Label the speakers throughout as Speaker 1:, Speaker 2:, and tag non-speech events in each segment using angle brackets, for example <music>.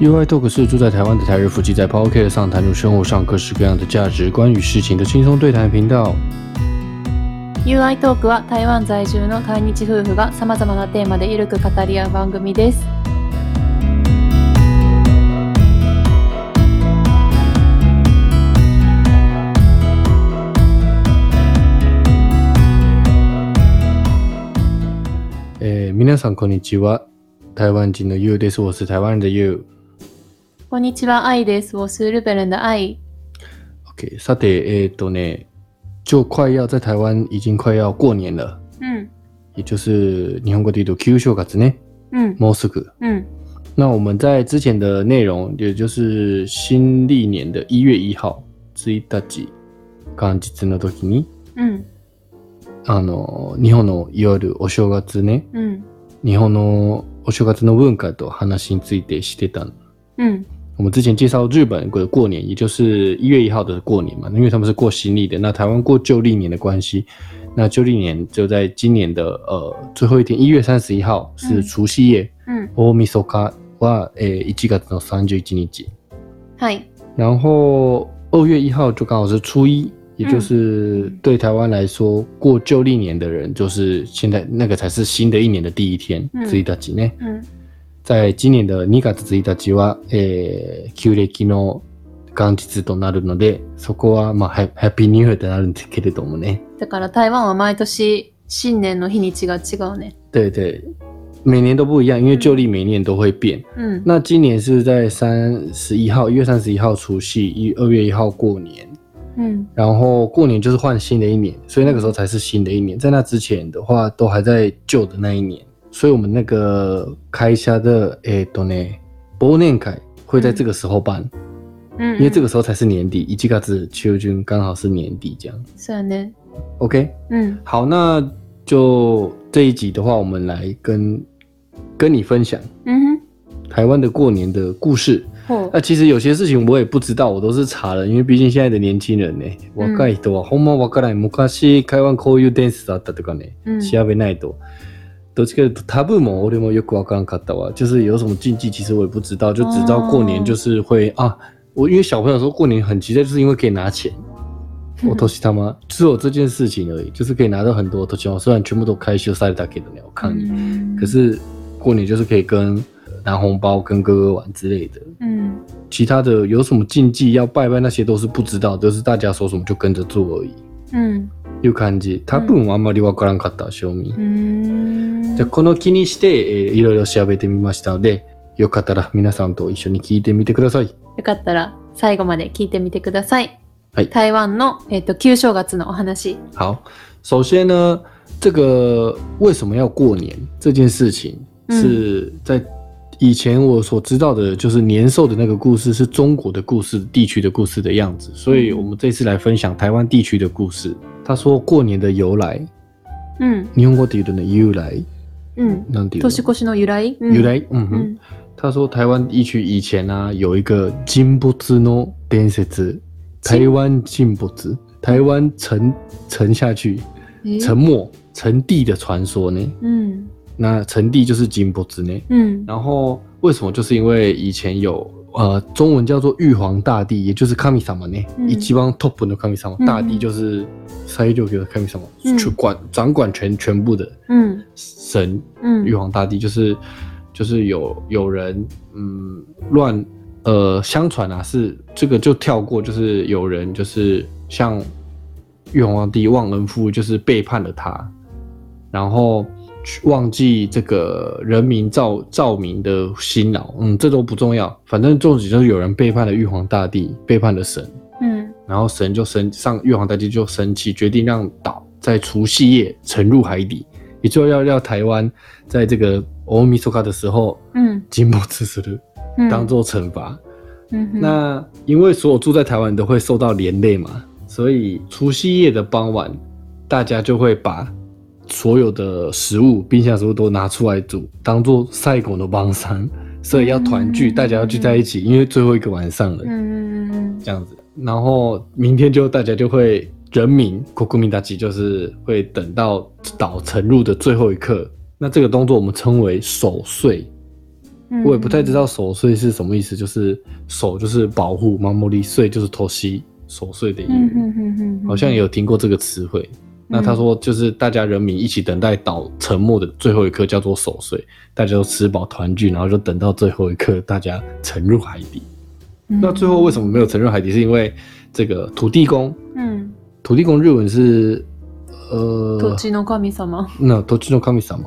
Speaker 1: UI Talk 是住在台湾的台日夫妻在 Pocket 上谈论生活上各式各样的价值观与事情的轻松对谈频道。
Speaker 2: UI トークは台湾在住の対日夫婦がさまざまなテーマでゆるく語り合う番組です。
Speaker 1: えー、皆さんこんにちは。台湾人の You です。我是台湾人的 You。
Speaker 2: こんにちは、アイです。我是日本人的愛。
Speaker 1: OK，さて、えっ、とね，就快要在台湾已经快要过年了，
Speaker 2: 嗯
Speaker 1: 也就是日本国地图 Q 秀卡子呢，
Speaker 2: 嗯
Speaker 1: もうすぐ。
Speaker 2: 嗯
Speaker 1: 那我们在之前的内容，也就是新历年的一月一号，1日、元日の時に、
Speaker 2: うん
Speaker 1: あの、日本の夜、お正月ね、
Speaker 2: うん
Speaker 1: 日本のお正月の文化と話についてしてたの。
Speaker 2: うん
Speaker 1: 我们之前介绍日本的过年，也就是一月一号的过年嘛，因为他们是过新历的，那台湾过旧历年的关系，那旧历年就在今年的呃最后一天，一月三十一号是
Speaker 2: 嗯
Speaker 1: 除夕夜，
Speaker 2: うん。
Speaker 1: 大晦日はえー1月の31日，
Speaker 2: はい。
Speaker 1: 然后二月一号就刚好是初一，也就是
Speaker 2: 嗯
Speaker 1: 对台湾来说过旧历年的人，就是现在那个才是新的一年的第一天，
Speaker 2: 嗯
Speaker 1: 1日ね。
Speaker 2: うん
Speaker 1: 在今年的2月1日は、えー旧暦の元日となるので、そこは、まあ、ハハッピーニューイヤーとなるんですけれどもね。
Speaker 2: だから台湾は毎年新年の日にちが違うね。
Speaker 1: 对对，每年都不一样，因为旧历每年都会变。
Speaker 2: うん
Speaker 1: 那今年是在三十一号，一月三十一号除夕，一二月一号过年，
Speaker 2: うん
Speaker 1: 然后过年就是换新的一年，所以那个时候才是新的一年。在那之前的话，都还在旧的那一年，所以我们那个开销的诶，懂呢，忘年会会在这个时候办。
Speaker 2: うん。
Speaker 1: 因为这个时候才是年底，1月中旬刚好是年底这样。
Speaker 2: そうやね。
Speaker 1: OK，
Speaker 2: うん
Speaker 1: 好，那就这一集的话，我们来跟跟你分享
Speaker 2: うん。
Speaker 1: 台湾的过年的故事。
Speaker 2: ほ
Speaker 1: 那其实有些事情我也不知道，我都是查了，因为毕竟现在的年轻人呢，
Speaker 2: 嗯
Speaker 1: 若い人はほんまわからない昔台湾こういうダンスだったとかね、
Speaker 2: う。うん
Speaker 1: 調べないと。どっちかというとタブーも俺もよくわからんかったわ，就是有什么禁忌，其实我也不知道，就只知道过年就是会、啊，我因为小朋友说过年很期待，就是因为可以拿钱，我都是他妈只有这件事情而已，就是可以拿到很多都钱，虽然全部都开修赛打给的我看你，
Speaker 2: うん
Speaker 1: 可是过年就是可以跟呃拿红包跟哥哥玩之类的，
Speaker 2: うん
Speaker 1: 其他的有什么禁忌要拜拜那些都是不知道，就是大家说什么就跟着做而已。
Speaker 2: うん
Speaker 1: いう感じ。多分あんまりわからんかった、正味。
Speaker 2: うん
Speaker 1: じゃあこの気にして、えーいろいろ調べてみましたので、よかったら皆さんと一緒に聞いてみてください。
Speaker 2: よかったら最後まで聞いてみてください。
Speaker 1: はい
Speaker 2: 台湾の、えっと旧正月のお話。
Speaker 1: 好，首先呢，这个为什么要过年这件事情，
Speaker 2: 嗯
Speaker 1: 是在以前我所知道的，就是年兽的那个故事是中国的故事、地区的故事的样子，所以我们这次来分享台湾地区的故事。他说过年的由来，
Speaker 2: うん。
Speaker 1: 日本語で言うとね由来，
Speaker 2: うん。
Speaker 1: なんていうの
Speaker 2: 年越しの由来、うん
Speaker 1: 由来，嗯
Speaker 2: う
Speaker 1: 哼。
Speaker 2: ん。
Speaker 1: 他说台湾地区以前啊有一个金不知诺伝説，台湾金不知，台湾沉沉下去，
Speaker 2: えー
Speaker 1: 沉没沉地的传说呢。
Speaker 2: うん。
Speaker 1: 那沉地就是金不知呢。
Speaker 2: うん。
Speaker 1: 然后为什么？就是因为以前有呃中文叫做玉皇大帝，也就是神様呢，
Speaker 2: 嗯
Speaker 1: 一级棒 top 的神様，
Speaker 2: 嗯
Speaker 1: 大帝就是最上級的神様，
Speaker 2: 嗯
Speaker 1: 去管掌管全全部的
Speaker 2: うん。
Speaker 1: 神
Speaker 2: うん。
Speaker 1: 玉皇大帝就是就是有有人嗯乱呃相传啊是这个就跳过，就是有人就是像玉皇大帝忘恩负义，就是背叛了他，然后去忘记这个人民照照明的辛劳，嗯，这都不重要，反正重点就是有人背叛了玉皇大帝，背叛了神，
Speaker 2: うん。
Speaker 1: 然后神就生上玉皇大帝就生气，决定让岛在除夕夜沉入海底，也就要让台湾在这个欧米索卡的时候
Speaker 2: うん。
Speaker 1: 金箔之死的
Speaker 2: うん。
Speaker 1: 当做惩罚。
Speaker 2: うん。
Speaker 1: 那因为所有住在台湾都会受到连累嘛，所以除夕夜的傍晚，大家就会把所有的食物、冰箱食物都拿出来煮，当做赛狗的帮山，所以要团聚，
Speaker 2: 嗯
Speaker 1: 大家要聚在一起，因为最后一个晚上了
Speaker 2: う。ん。
Speaker 1: 这样子。然后明天就大家就会人民国民大吉，就是会等到岛沉入的最后一刻。那这个动作我们称为守岁，
Speaker 2: う嗯
Speaker 1: 我也不太知道守岁是什么意思，就是守就是保护，毛毛利岁就是偷袭守岁的意
Speaker 2: 嗯
Speaker 1: 思，
Speaker 2: 嗯嗯嗯，
Speaker 1: 好像有听过这个词汇。那他说就是大家人民一起等待岛沉没的最后一刻叫做守岁，大家都吃饱团聚，然后就等到最后一刻大家沉入海底。
Speaker 2: 嗯，
Speaker 1: 那最后为什么没有沉入海底？是因为这个土地公，
Speaker 2: 嗯？嗯，
Speaker 1: 土地公日文是呃，
Speaker 2: 土地の神様、
Speaker 1: 那土地の神様。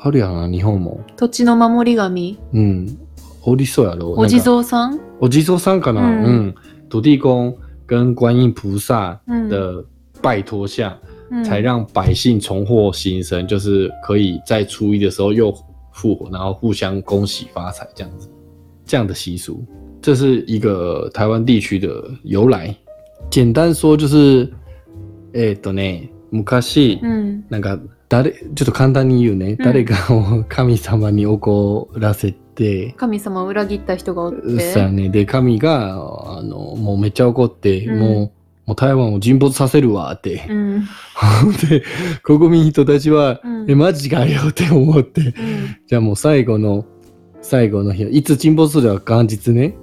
Speaker 1: あるやな日本も。
Speaker 2: 土地の守り神、
Speaker 1: うん。おりそうやろ。
Speaker 2: お地
Speaker 1: なんか
Speaker 2: 蔵さん。
Speaker 1: お地蔵さんかな。
Speaker 2: うん
Speaker 1: うん。土地公跟观音菩萨
Speaker 2: 嗯，
Speaker 1: 的拜托下，
Speaker 2: 嗯
Speaker 1: 才让百姓重获新生，就是可以在初一的时候又复活，然后互相恭喜发财这样子，这样的习俗，这是一个台湾地区的由来。简单说就是，えっとね、昔
Speaker 2: 嗯
Speaker 1: なんか誰ちょっと簡単に言うね、
Speaker 2: うん
Speaker 1: 誰かを <laughs> 神様に怒らせて。
Speaker 2: 神様を裏切った人がおっ
Speaker 1: うってさんね、で神があのもうめっちゃ怒って、
Speaker 2: うん
Speaker 1: もうもう台湾を沈没させるわって、
Speaker 2: うん
Speaker 1: <laughs> で国民人たちは、
Speaker 2: うん
Speaker 1: えマジかよって思って
Speaker 2: うん
Speaker 1: じゃあもう最後の最後の日いつ沈没するかは元日ね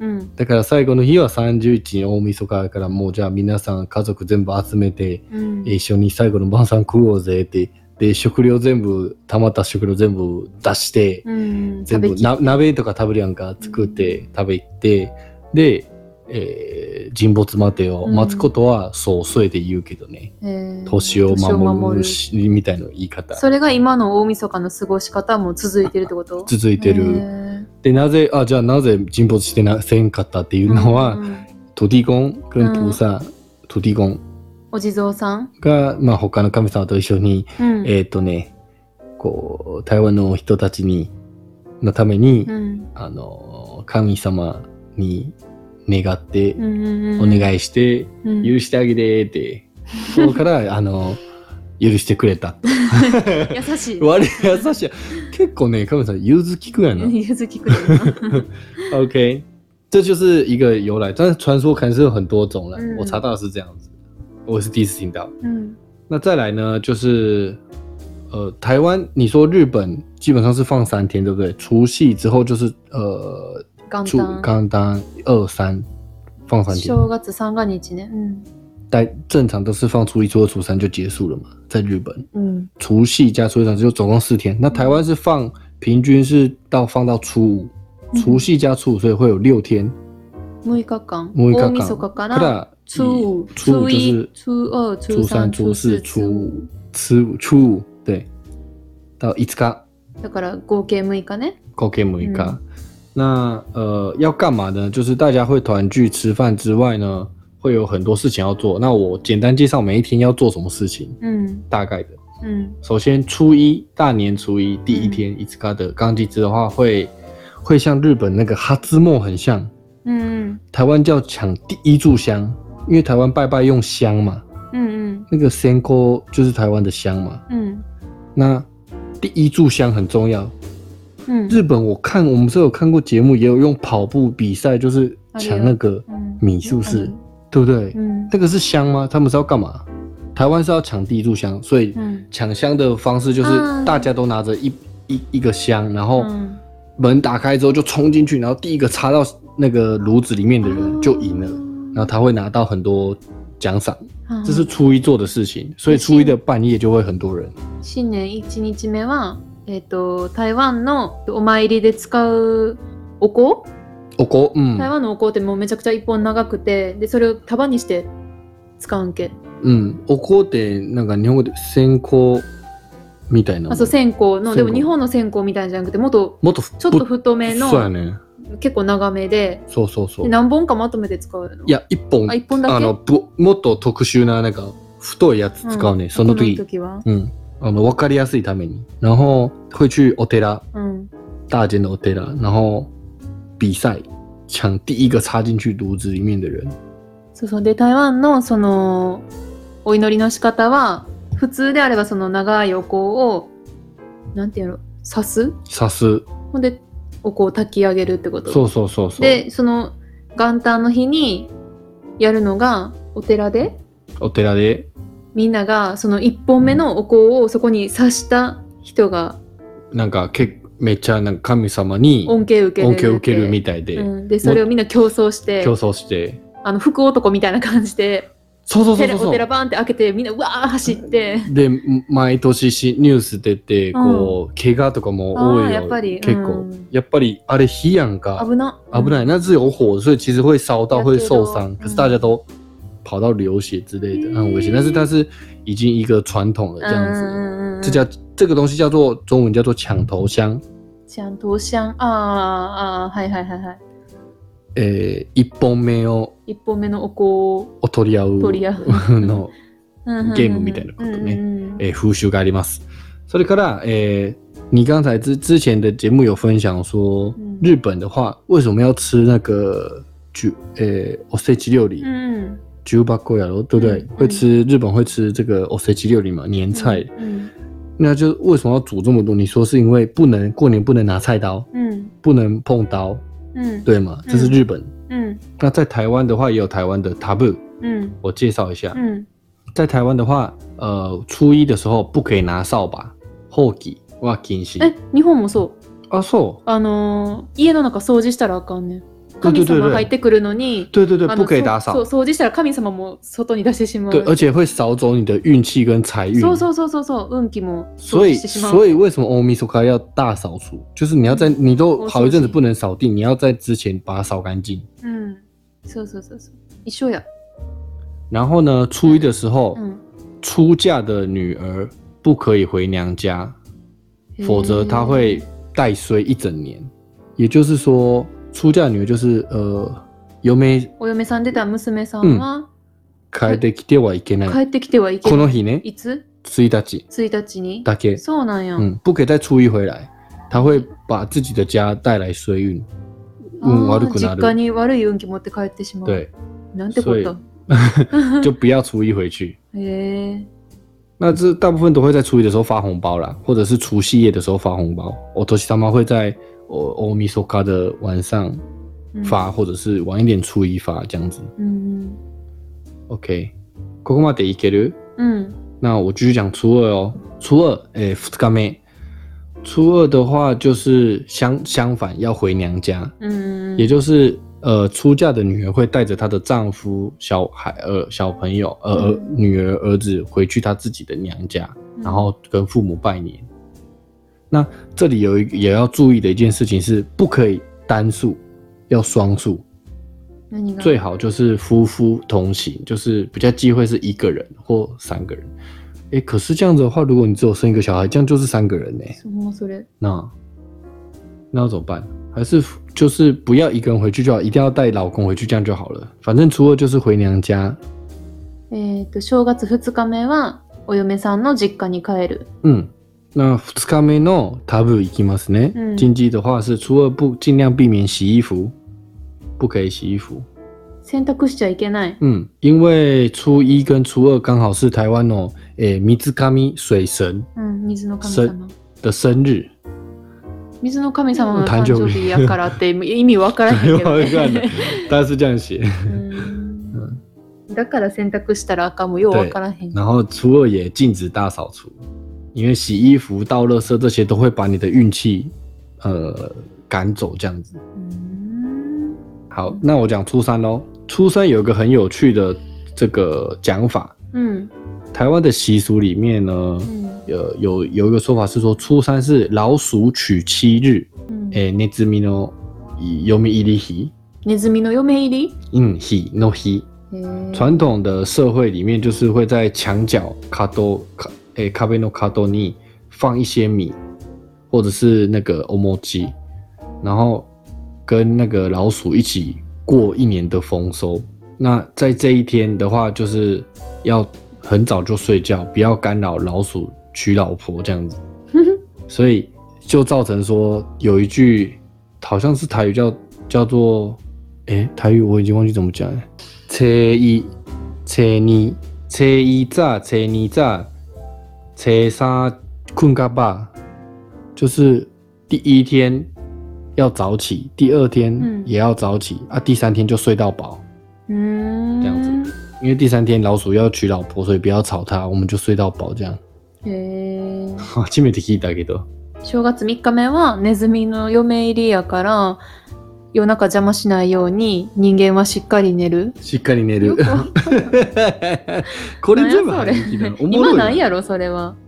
Speaker 2: うん
Speaker 1: だから最後の日は31に大晦日やからもうじゃあ皆さん家族全部集めて
Speaker 2: うん
Speaker 1: 一緒に最後の晩餐食おうぜってで食料全部溜まった食料全部出して、
Speaker 2: うん
Speaker 1: 全
Speaker 2: 食べ
Speaker 1: 部
Speaker 2: き
Speaker 1: な鍋とか食べるやんか作って食べてで、えー沈没までを待つことはそう添えて言うけどね。
Speaker 2: えー
Speaker 1: 年を
Speaker 2: 年を
Speaker 1: 守
Speaker 2: 守
Speaker 1: る
Speaker 2: る
Speaker 1: しみたいな言い方
Speaker 2: それが今の大晦日の過ごし方も続いてるってこと
Speaker 1: 続いて
Speaker 2: へ
Speaker 1: る。
Speaker 2: ー
Speaker 1: でなぜあじゃあなぜ沈没してなせんかったっていうのは、
Speaker 2: うんうん
Speaker 1: 土地公跟菩萨、土地公
Speaker 2: お地蔵さん、
Speaker 1: が、まあ、他の神様と一緒に、
Speaker 2: うん
Speaker 1: えっ、とねこう台湾の人たちにのために、
Speaker 2: うん
Speaker 1: あの神様に願って、
Speaker 2: うんうん
Speaker 1: お願いして、
Speaker 2: うん
Speaker 1: 許してあげてって、そこ
Speaker 2: <laughs>
Speaker 1: からあの許してくれた
Speaker 2: 優しい
Speaker 1: 割り優しい。結構ね，根本上融通聞くやな。
Speaker 2: ゆずきくれ <laughs> る
Speaker 1: OK，这就是一个由来，但是传说可能是有很多种了。
Speaker 2: 嗯
Speaker 1: 我查到的是这样子，我也是第一次听到。
Speaker 2: なうん
Speaker 1: 那再来呢，就是呃，台湾，你说日本基本上是放三天，对不对？除夕之后就是呃，
Speaker 2: 元
Speaker 1: 初
Speaker 2: 旦
Speaker 1: 刚当二三放三天，
Speaker 2: 正月三が日ねうん
Speaker 1: 但正常都是放初一、初二、初三就结束了嘛，在日本。
Speaker 2: うん
Speaker 1: 除夕加初一就总共四天。那台湾是放平均是到放到初五，
Speaker 2: 嗯
Speaker 1: 除夕加初五，所以会有六天。
Speaker 2: 6日間
Speaker 1: 六日間
Speaker 2: 大晦日か
Speaker 1: 可
Speaker 2: ら
Speaker 1: 啦，
Speaker 2: 初五
Speaker 1: 初五
Speaker 2: 初
Speaker 1: 就
Speaker 2: 一
Speaker 1: 是
Speaker 2: 初二
Speaker 1: 初
Speaker 2: 初
Speaker 1: 三、
Speaker 2: 三
Speaker 1: 初四、初
Speaker 2: 初五
Speaker 1: 五、初五、初五，对，到一日
Speaker 2: だから合計6日ね
Speaker 1: 够给母一
Speaker 2: 嗯
Speaker 1: 卡。那呃要干嘛呢？就是大家会团聚吃饭之外呢，会有很多事情要做。那我简单介绍每一天要做什么事情，
Speaker 2: うん
Speaker 1: 大概的。
Speaker 2: うん
Speaker 1: 首先，初一大年初一第一天，
Speaker 2: 嗯
Speaker 1: 伊斯卡的钢吉之的话会，会像日本那个哈兹莫很像，
Speaker 2: うん
Speaker 1: 台湾叫抢第一炷香，因为台湾拜拜用香嘛，
Speaker 2: うんうん
Speaker 1: 那个 senko 就是台湾的香嘛。
Speaker 2: うん
Speaker 1: 那第一炷香很重要。
Speaker 2: うん
Speaker 1: 日本我看我们是有看过节目，也有用跑步比赛，就是抢那个
Speaker 2: うん
Speaker 1: 米，是不是？
Speaker 2: う
Speaker 1: 对不对？
Speaker 2: ん
Speaker 1: 那个是香吗？他们是要干嘛？台湾是要抢第一炷香，所以
Speaker 2: うん
Speaker 1: 抢香的方式就是
Speaker 2: 啊嗯
Speaker 1: 大家都拿着一一一个香，然后
Speaker 2: うん
Speaker 1: 门打开之后就冲进去，然后第一个插到那个炉子里面的
Speaker 2: 哦
Speaker 1: 人就赢了，然后他会拿到很多奖赏。
Speaker 2: あー
Speaker 1: 这是初一做的事情，所以初一的半夜就会很多人。
Speaker 2: 新年1日目は、えっと台湾のお参りで使うお香、
Speaker 1: おこ、嗯
Speaker 2: 台湾のお香ってもうめちゃくちゃ一本長くてでそれを束にして使うんけ
Speaker 1: 嗯，おこってなんか日本語で線香みたいなも
Speaker 2: あ
Speaker 1: ん。
Speaker 2: そう線香
Speaker 1: 線
Speaker 2: の
Speaker 1: 香
Speaker 2: でも日本の線香みたいじゃなくてもっと
Speaker 1: もっと
Speaker 2: ちょっと
Speaker 1: ぶ
Speaker 2: 太めの
Speaker 1: そうやね。
Speaker 2: 結構長めで
Speaker 1: そうそうそ
Speaker 2: で
Speaker 1: う。
Speaker 2: 何本かまとめて使うの
Speaker 1: いや一本
Speaker 2: あ一本だけ
Speaker 1: あのぶもっと特殊ななんか太いやつ使うね。
Speaker 2: ん
Speaker 1: その時。
Speaker 2: こ時は、
Speaker 1: 嗯，あの分かりやすいために。然后会去お寺，
Speaker 2: うん
Speaker 1: 大间的お寺，然后比赛抢第一个插进去炉子里面的人。
Speaker 2: そうそうで台湾のそのお祈りの仕方は普通であればその長いお香をなんていうの刺す
Speaker 1: さす。
Speaker 2: ほんでお香を炊き上げるってこと
Speaker 1: そうそうそうそう。
Speaker 2: でその元旦の日にやるのがお寺で
Speaker 1: お寺で
Speaker 2: みんながその1本目のお香をそこに刺した人が
Speaker 1: なんかけめっちゃなんか神様に
Speaker 2: 恩恵受け
Speaker 1: 恩
Speaker 2: る
Speaker 1: 恵を受けるみたいで、
Speaker 2: うん、でそれをみんな競争して
Speaker 1: 競争して
Speaker 2: あの福男みたいな感じで
Speaker 1: そうそうそ
Speaker 2: テ
Speaker 1: う
Speaker 2: レ
Speaker 1: そう
Speaker 2: お寺バーンって開けてみんなうわー走って
Speaker 1: で毎年しニュース出てこう、怪我とかも多い
Speaker 2: あ
Speaker 1: の
Speaker 2: ーやっぱり
Speaker 1: 結構、
Speaker 2: うん
Speaker 1: やっぱり啊，火眼噶，
Speaker 2: 危な
Speaker 1: 危ない，那是有火，所以其实会烧到，
Speaker 2: 要
Speaker 1: 会
Speaker 2: 对
Speaker 1: 受
Speaker 2: 咯
Speaker 1: 伤。可是
Speaker 2: 嗯
Speaker 1: 大家都跑到流血之类的，很危险。
Speaker 2: 嗯
Speaker 1: 但是它是已经一个传统了，这样子。
Speaker 2: 嗯嗯嗯嗯
Speaker 1: 这叫这个东西叫做中文叫做抢头香，
Speaker 2: 抢夺香ああああはいはいはいはい
Speaker 1: 诶，一本目を
Speaker 2: 一本目のお香を
Speaker 1: お取り合う
Speaker 2: 取り合
Speaker 1: <laughs>
Speaker 2: う
Speaker 1: の
Speaker 2: うんうんうんうん
Speaker 1: ゲームみたいなことね
Speaker 2: うんうんうん
Speaker 1: 诶風習があります。それから诶，你刚才之之前的节目有分享说
Speaker 2: 嗯，
Speaker 1: 日本的话为什么要吃那个举诶おせち料理？
Speaker 2: うん
Speaker 1: ジュバコ亚罗，对不对？
Speaker 2: 嗯
Speaker 1: 会吃日本会吃这个 o s e j 料理嘛，年菜。
Speaker 2: うん
Speaker 1: 那就为什么要煮这么多？你说是因为不能过年不能拿菜刀，
Speaker 2: うん
Speaker 1: 不能碰刀，
Speaker 2: うん
Speaker 1: 对吗？
Speaker 2: 嗯
Speaker 1: 这是日本。
Speaker 2: うん
Speaker 1: 那在台湾的话，也有台湾的 taboo，
Speaker 2: うん
Speaker 1: 我介绍一下。
Speaker 2: うん
Speaker 1: 在台湾的话，呃，初一的时候不可以拿扫把，后期哇禁止。
Speaker 2: え日本もそう
Speaker 1: 啊，そう。
Speaker 2: あのー家の中掃除したらあかんねん
Speaker 1: 对对
Speaker 2: 神
Speaker 1: 对
Speaker 2: 様入っ
Speaker 1: 对
Speaker 2: てくるのに
Speaker 1: 对对对，
Speaker 2: あ
Speaker 1: 不
Speaker 2: の
Speaker 1: 可以打扫
Speaker 2: そう。そう掃除したら神様も外に出してしまう
Speaker 1: 对，而且会扫走你的运气跟财运。
Speaker 2: そうそうそうそうそう運気も
Speaker 1: 所以，
Speaker 2: 掃除してしまう
Speaker 1: 所以为什么欧米索卡要大扫除？就是你要在你都
Speaker 2: 我
Speaker 1: 好一阵子
Speaker 2: 相信
Speaker 1: 不能扫地，你要在之前把它扫干净。
Speaker 2: うんそうそうそうそう一緒や
Speaker 1: 然后呢，初一的时候，
Speaker 2: うん
Speaker 1: 出嫁的女儿不可以回娘家，
Speaker 2: へー
Speaker 1: 否则她会
Speaker 2: 嗯
Speaker 1: 带衰一整年。也就是说，出嫁的女儿就是呃，有没
Speaker 2: お嫁さん出た娘さんは
Speaker 1: 帰ってきてはいけない。
Speaker 2: 帰ってきてはいけ
Speaker 1: こ
Speaker 2: な
Speaker 1: の
Speaker 2: い
Speaker 1: 日ね，
Speaker 2: いつ
Speaker 1: 1日
Speaker 2: ?1 日に
Speaker 1: だけ，
Speaker 2: そうなんや。
Speaker 1: 嗯，不可以在初一回来，她会把自己的家带来衰运。嗯
Speaker 2: あー
Speaker 1: うん悪くな
Speaker 2: 実
Speaker 1: る
Speaker 2: 家に悪い運気持って帰ってしまう。
Speaker 1: 对。
Speaker 2: なんてこ
Speaker 1: そ
Speaker 2: と。
Speaker 1: 就不要初一回去。
Speaker 2: へえ。
Speaker 1: 那这大部分都会在初一的时候发红包啦，或者是除夕夜的时候发红包。我都西他妈会在我欧米索卡的晚上
Speaker 2: うん
Speaker 1: 发，或者是晚一点初一发这样子。
Speaker 2: うん。
Speaker 1: OK，ここまでいける？
Speaker 2: うん。
Speaker 1: 那我继续讲初二哦。初二，诶、欸，二日目。初二的话就是相相反，要回娘家，
Speaker 2: うん。
Speaker 1: 也就是呃，出嫁的女儿会带着她的丈夫、小孩、呃小朋友、呃儿
Speaker 2: 嗯
Speaker 1: 女儿、儿子回去她自己的娘家。
Speaker 2: うん
Speaker 1: 然后跟父母拜年。那这里有一也要注意的一件事情是，不可以单数，要双数，
Speaker 2: 何が
Speaker 1: 最好就是夫妇同行，就是比较忌讳是一个人或三个人。诶，可是这样子的话，如果你只有生一个小孩，这样就是三个人呢、
Speaker 2: そもそれ。
Speaker 1: 那那要怎么办？还是就是不要一个人回去就好，一定要带老公回去，这样就好了。反正初二就是回娘家，
Speaker 2: えっと正月2日目はお嫁さんの実家に帰る。
Speaker 1: 嗯，那二日目のタブ行きますね。
Speaker 2: 嗯
Speaker 1: 禁忌的话是初二不尽量避免洗衣服，不可以洗衣服。
Speaker 2: 洗濯しちゃいけない。
Speaker 1: 嗯，因为初一跟初二刚好是台湾哦，诶，米兹卡米水神
Speaker 2: うん。水の神様。
Speaker 1: 的生日。
Speaker 2: 水の神様の
Speaker 1: 誕
Speaker 2: 誕
Speaker 1: 生
Speaker 2: 生
Speaker 1: 日
Speaker 2: 日やからって意味わからへんけ
Speaker 1: <laughs>
Speaker 2: ど
Speaker 1: わからんの
Speaker 2: ね。
Speaker 1: 大家是这样写。
Speaker 2: うんだから洗濯したらあかんもようわからへん。
Speaker 1: 然后初二也禁止大扫除，因为洗衣服、倒垃圾这些都会把你的运气，呃，赶走这样子。
Speaker 2: うん
Speaker 1: 好
Speaker 2: 嗯，
Speaker 1: 那我讲初三喽。初三有一个很有趣的这个讲法，
Speaker 2: うん。
Speaker 1: 台湾的习俗里面呢，
Speaker 2: うん
Speaker 1: 有有有一个说法是说，初三是老鼠娶妻日，
Speaker 2: うん
Speaker 1: 诶、那只米诺有米伊里希，
Speaker 2: ネズミの嫁入り
Speaker 1: 嗯，希 no 希。传统的社会里面，就是会在墙角卡多卡诶咖啡诺卡多尼放一些米，或者是那个欧莫鸡，然后跟那个老鼠一起过一年的丰收。那在这一天的话，就是要很早就睡觉，不要干扰老鼠娶老婆这样子。所以就造成说有一句好像是台语叫叫做，诶、台语我已经忘记怎么讲了。车一、车二、车一早、车二早、车三困嘎巴，就是第一天要早起，第二天
Speaker 2: 嗯
Speaker 1: 也要早起、啊，第三天就睡到饱。
Speaker 2: うーん
Speaker 1: 这样因为第三天老鼠要娶老 <laughs> 哦婆，所以不要吵它，我们就睡到饱这样。
Speaker 2: へー
Speaker 1: 初めて聞いたけど。
Speaker 2: 正月3日目はネズミの嫁入りやから夜中邪魔しないように人間はしっかり寝る。
Speaker 1: しっかり寝る
Speaker 2: よくわ
Speaker 1: <laughs> これ全部
Speaker 2: なんや
Speaker 1: 入りきるのおもろ
Speaker 2: 今
Speaker 1: い
Speaker 2: ないやろそれは。
Speaker 1: うん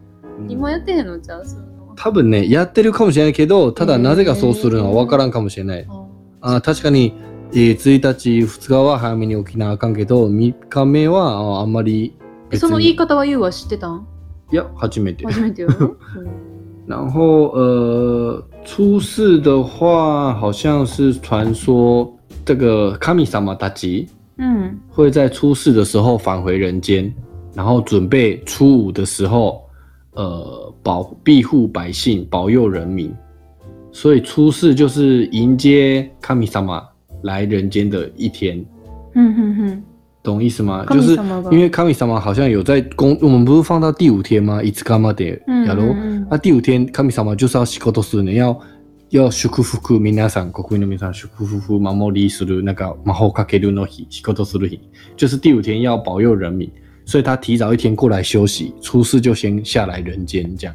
Speaker 2: 今やってへんのじゃあそういうのは
Speaker 1: 多分ねやってるかもしれないけどただなぜかそうするのは分からんかもしれない、
Speaker 2: あ
Speaker 1: あー確かに、えー1日2日は早めに起きなあかんけど3日目はあーあんまり
Speaker 2: え
Speaker 1: 別
Speaker 2: その言い
Speaker 1: に
Speaker 2: 方は言うは知ってたん
Speaker 1: いや初めて
Speaker 2: 初めてよ。うん
Speaker 1: 然后呃，出事的话，好像是传说这个卡米萨马达吉
Speaker 2: うん。
Speaker 1: 会在出事的时候返回人间，然后准备初五的时候，呃，保庇护百姓，保佑人民。所以出事就是迎接卡米萨马来人间的一天，
Speaker 2: うんうん
Speaker 1: 懂意思吗？
Speaker 2: 神
Speaker 1: 就是
Speaker 2: 様が
Speaker 1: 因为卡米萨马好像有在公，我们不是放到第五天吗？一次干嘛的
Speaker 2: うん。
Speaker 1: やろう？
Speaker 2: うん
Speaker 1: 啊那第五天，神様就是要仕事するね。要要祝福皆さん、国民の皆さん祝福守りする那个魔法かけるの日，仕事する日，就是第五天要保佑人民，所以他提早一天过来休息，出事就先下来人间这样。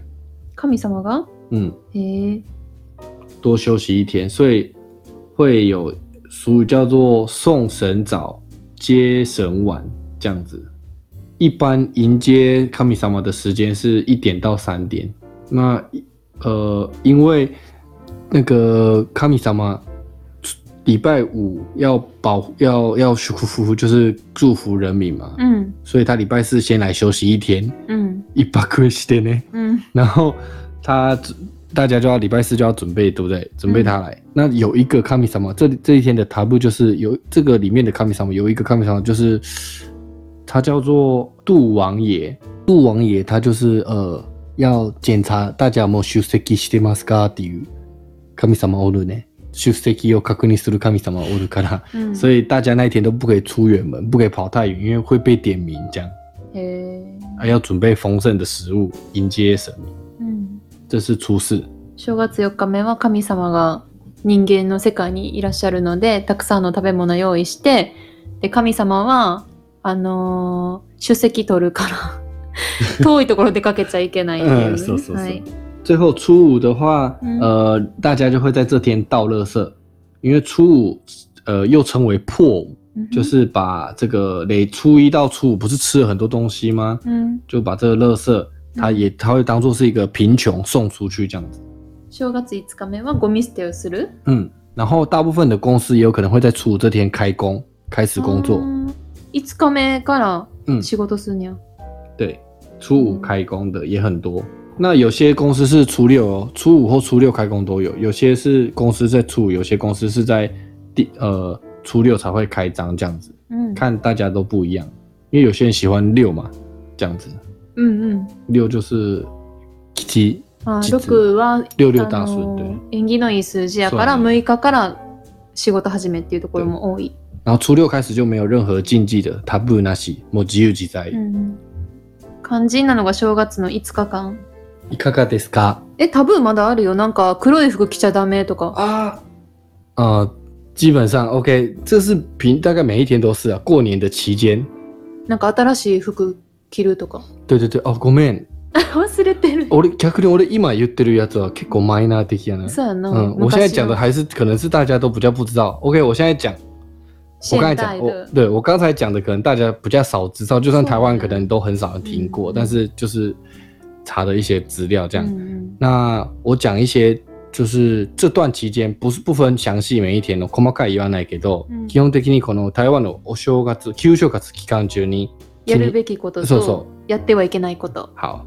Speaker 2: 神様が
Speaker 1: 嗯，
Speaker 2: へえ。
Speaker 1: 多休息一天，所以会有俗语叫做送神早，接神晚这样子。一般迎接卡米萨玛的时间是一点到三点。那呃，因为那个卡米萨玛礼拜五要保要要祝福，就是祝福人民嘛，
Speaker 2: うん
Speaker 1: 所以他礼拜四先来休息一天，
Speaker 2: うん
Speaker 1: 一百个时间呢。
Speaker 2: うん
Speaker 1: 然后他大家就要礼拜四就要准备，对不对？准
Speaker 2: 嗯
Speaker 1: 备他来。那有一个卡米萨玛，这这一天的塔布就是有这个里面的卡米萨玛，有一个卡米萨玛就是他叫做杜王爷，杜王爷他就是呃要检查大家有没有出席してますかっていう神様おるね。出席を確認する神様おるから、
Speaker 2: うん。
Speaker 1: 所以大家那一天都不可以出远门，不可以跑太远，因为会被点名这样。
Speaker 2: へえ。
Speaker 1: 啊，要准备丰盛的食物迎接神明。
Speaker 2: うん。
Speaker 1: 这是初四，
Speaker 2: 正月4日目は神様が人間の世界にいらっしゃるのでたくさんの食べ物用意してで神様はあのー出席取るから
Speaker 1: <laughs>
Speaker 2: 遠いところ出かけちゃいけない
Speaker 1: 嗯
Speaker 2: っていうね、
Speaker 1: そうそうそう
Speaker 2: はい、
Speaker 1: 最后初五的话，
Speaker 2: 嗯
Speaker 1: 呃，大家就会在这天倒垃圾，因为初五，呃，又称为破五，
Speaker 2: 嗯
Speaker 1: 就是把这个累初一到初五不是吃了很多东西吗？
Speaker 2: うんうん
Speaker 1: 就把这个垃圾，
Speaker 2: 嗯
Speaker 1: 它也它会当做是一个贫穷送出去这样子。
Speaker 2: 正月5日目はゴミ捨てをする
Speaker 1: 嗯，然后大部分的公司也有可能会在初五这天开工，开始工作。
Speaker 2: あー5日目か
Speaker 1: う
Speaker 2: ら
Speaker 1: ん
Speaker 2: 仕事すんや、
Speaker 1: 对，初五开工的也很多。那有些公司是初六哦，初五或初六开工都有，有些是公司在初五，有些公司是在第呃初六才会开张这样子，
Speaker 2: うん、
Speaker 1: 看大家都不一样，因为有些人喜欢六嘛，这样子，
Speaker 2: うんうん
Speaker 1: 六就是吉，
Speaker 2: あ
Speaker 1: 実
Speaker 2: 6は
Speaker 1: 六六大
Speaker 2: あ
Speaker 1: 顺
Speaker 2: の
Speaker 1: 对。
Speaker 2: ー縁起のいい数字やから
Speaker 1: そうやね
Speaker 2: 6日から仕事始めっていうところも多い、
Speaker 1: 然后初六开始就没有任何禁忌的，他不那西，莫吉有吉在
Speaker 2: う。ん、肝心なのが正月の5日間
Speaker 1: いかがですか？
Speaker 2: えタブーまだあるよなんか黒い服着ちゃダメとか
Speaker 1: 啊，呃，基本上 OK，这是平大概每一天都是啊，过年的期间。
Speaker 2: なんか新しい服着るとか
Speaker 1: 对对对，哦，ごめん。
Speaker 2: <laughs> 忘れてる
Speaker 1: 俺逆に俺今言ってるやつは結構マイナー的やな。
Speaker 2: そうやな、
Speaker 1: 嗯，我现在讲的还是可能是大家都比较不知道。OK，我现在讲，我刚才
Speaker 2: 現
Speaker 1: 讲，
Speaker 2: 代
Speaker 1: 我
Speaker 2: 的
Speaker 1: 对我刚才讲的可能大家比较少知道，就算台湾可能都很少人听过，
Speaker 2: 嗯
Speaker 1: 但是就是查的一些资料这样。
Speaker 2: うん
Speaker 1: 那我讲一些。就是这段期间不是不分详细每一天の細かい言わないけど、
Speaker 2: 嗯
Speaker 1: 基本的にこの台湾のお正月、旧正月期間中に
Speaker 2: やるべきことと
Speaker 1: そうそう
Speaker 2: やってはいけないこと
Speaker 1: 好，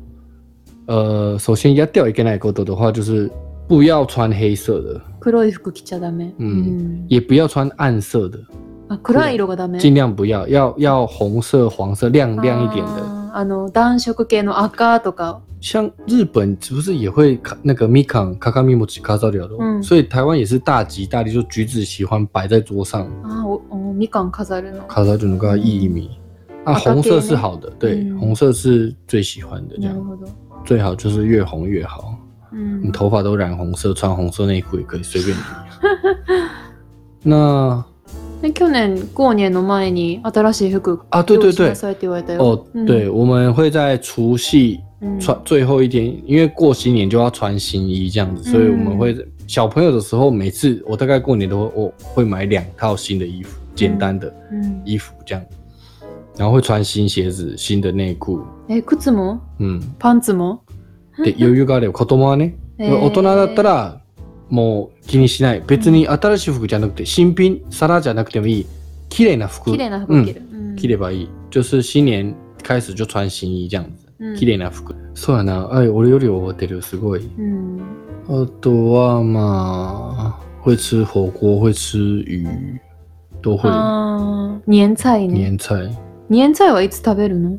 Speaker 1: 呃，首先要掉一个奶狗头的话，就是不要穿黑色的，
Speaker 2: 黒い服着ちゃダメ、
Speaker 1: うん
Speaker 2: ん
Speaker 1: 也不要穿暗色的，
Speaker 2: あ暗い色がダメ
Speaker 1: 尽量不要，要要红色、黄色亮亮一点的。
Speaker 2: あーあの暖色系の赤とか
Speaker 1: 像日本是不是也会卡那个米康卡卡米莫奇卡造料的？
Speaker 2: 嗯
Speaker 1: 所以台湾也是大吉大利，就橘子喜欢摆在桌上，
Speaker 2: あーおおみかん飾るの
Speaker 1: 卡造就能够一米。啊，
Speaker 2: 啊
Speaker 1: 红色是
Speaker 2: 咖啡呢
Speaker 1: 好的，对，
Speaker 2: 嗯
Speaker 1: 红色是最喜欢的，这
Speaker 2: なる
Speaker 1: 样
Speaker 2: ほど、
Speaker 1: 最好就是越红越好。
Speaker 2: うん
Speaker 1: 你头发都染红色，穿红色内裤也可以随便你。那
Speaker 2: で去年後年の前に新しい服
Speaker 1: 啊，对
Speaker 2: 用
Speaker 1: 对
Speaker 2: 意し
Speaker 1: 对
Speaker 2: な，さいって言われたよ。
Speaker 1: 哦，
Speaker 2: 嗯
Speaker 1: 对，我们会在除夕
Speaker 2: 啊嗯
Speaker 1: 穿最后一天，因为过新年就要穿新衣这样子，所以我们会小朋友的时候，每次我大概过年都会我会买两套新的衣服，简单的
Speaker 2: うん
Speaker 1: 衣服这样，然后会穿新鞋子、新的内裤，
Speaker 2: え靴も
Speaker 1: 嗯，
Speaker 2: パンツも
Speaker 1: で余裕があれば子供はね、
Speaker 2: えー
Speaker 1: 大人だったらもう気にしない、別に新しい服じゃなくて新品、皿じゃなくてもいい、綺麗な服、
Speaker 2: 綺麗な服着
Speaker 1: うん
Speaker 2: る。うん
Speaker 1: 着ればいい、就是新年开始就穿新衣这样子。
Speaker 2: うん
Speaker 1: 綺麗な服。そうやな。はい、俺より覚えてる。すごい。
Speaker 2: うん
Speaker 1: あとは、まあ、会吃火锅、会吃鱼、都会。
Speaker 2: あー年菜ね。
Speaker 1: 年菜。
Speaker 2: 年菜はいつ食べるの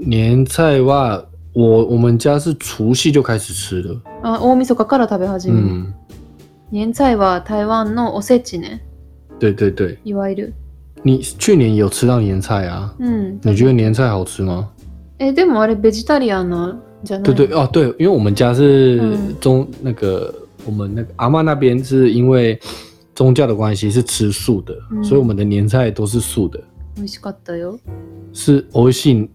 Speaker 1: 年菜は、我我们家是除夕就开始吃了。
Speaker 2: あ大晦日から食べ始
Speaker 1: う
Speaker 2: める。
Speaker 1: ん。
Speaker 2: 年菜は台湾のおせちね。
Speaker 1: 对对对。
Speaker 2: いわゆる。
Speaker 1: 你去年有吃到年菜啊？
Speaker 2: うん。
Speaker 1: 你觉得年菜好吃吗？
Speaker 2: え、でもあれベジタリアンのじゃない
Speaker 1: 对对哦，对，因为我们家是
Speaker 2: 嗯
Speaker 1: 中、那个，我们那个阿妈那边是因为宗教的关系是吃素的，
Speaker 2: 嗯
Speaker 1: 所以我们的年菜都是素的。
Speaker 2: 美味しかったよ。
Speaker 1: 是美味しい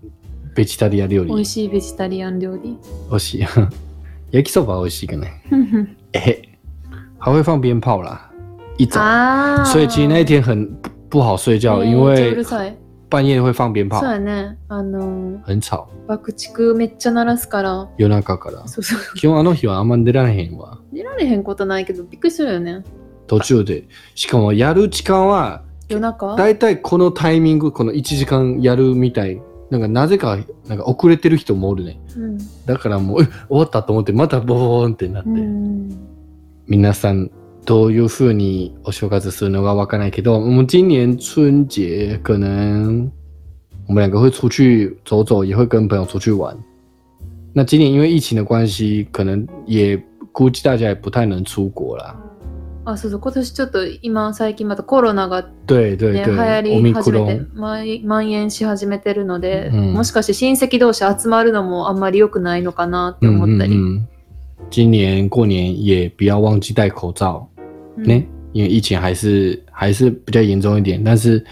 Speaker 1: ベジタリア料理。
Speaker 2: 美味しいベジタリアン料理。
Speaker 1: 美味しい。 <laughs> 焼きそば美味しいよね。え嘿，还会放鞭炮啦，一早。
Speaker 2: ああ。
Speaker 1: 所以其实那一天很不不好睡觉，因
Speaker 2: めっちゃう
Speaker 1: 为
Speaker 2: るさい。
Speaker 1: 半夜会放鞭炮
Speaker 2: そう，やね。あのー、
Speaker 1: 很吵。
Speaker 2: 爆竹めっちゃ鳴らすから。
Speaker 1: 夜中から。
Speaker 2: そうそう。
Speaker 1: 基本あの日はあんま寝られへんわ。
Speaker 2: 寝られへんことないけど、びっくりするよね。
Speaker 1: 途中で。しかもやる時間は
Speaker 2: 夜中
Speaker 1: だいたいこのタイミング、この1時間やるみたい。なんかなぜかなんか遅れてる人もおるね。
Speaker 2: うん。
Speaker 1: だからもうえ終わったと思ってまたボーンってなって。
Speaker 2: うん。
Speaker 1: 皆さんどういう風にお正月するのかわからないけど、我们今年春节可能我们两个会出去走走，也会跟朋友出去玩。那今年因为疫情的关系，可能也估计大家也不太能出国啦。
Speaker 2: あ、そうそう。今年ちょっと今最近またコロナが
Speaker 1: 对对
Speaker 2: ね、
Speaker 1: 对
Speaker 2: 流行，
Speaker 1: オ
Speaker 2: り
Speaker 1: ミク
Speaker 2: 始
Speaker 1: ロ
Speaker 2: めて
Speaker 1: ン。
Speaker 2: まい蔓延し始めてるので、
Speaker 1: うん
Speaker 2: もしかして親戚同士集まるのもあんまり良くないのかなって思ったり、
Speaker 1: 嗯，今年过年也不要忘记戴口罩。
Speaker 2: うん
Speaker 1: ね，因为疫情还是还是比较严重一点，但是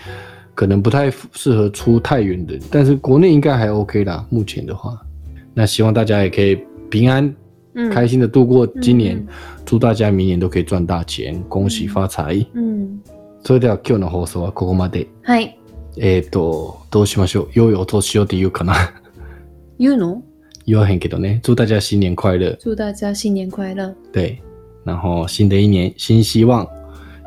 Speaker 1: 可能不太适合出太远的，但是国内应该还 OK 啦，目前的话，那希望大家也可以平安、
Speaker 2: うん
Speaker 1: 开心的度过今年，
Speaker 2: 嗯
Speaker 1: 祝大家明年都可以赚大钱，恭喜发财。
Speaker 2: うん
Speaker 1: それでは今日の放送は啊ここまで。
Speaker 2: はい
Speaker 1: えっ、と、どうしましょう良いお年をって言うかな <laughs>
Speaker 2: 言うの
Speaker 1: 言わへんけどね。祝大家新年快乐。
Speaker 2: 祝大家新年快乐
Speaker 1: 对。然后新的一年新希望。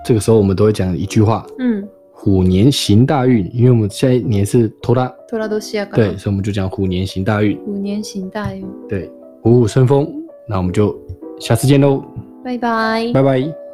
Speaker 1: 这个时候我们都会讲一句话。
Speaker 2: うん
Speaker 1: 虎年行大运，因为我们现在年是拖拉，
Speaker 2: 虎年やから
Speaker 1: 对，所以我们就讲虎年行大运，
Speaker 2: 五年新大運
Speaker 1: 对，虎虎生风。那我们就下次见喽，
Speaker 2: バイバイ
Speaker 1: 拜拜。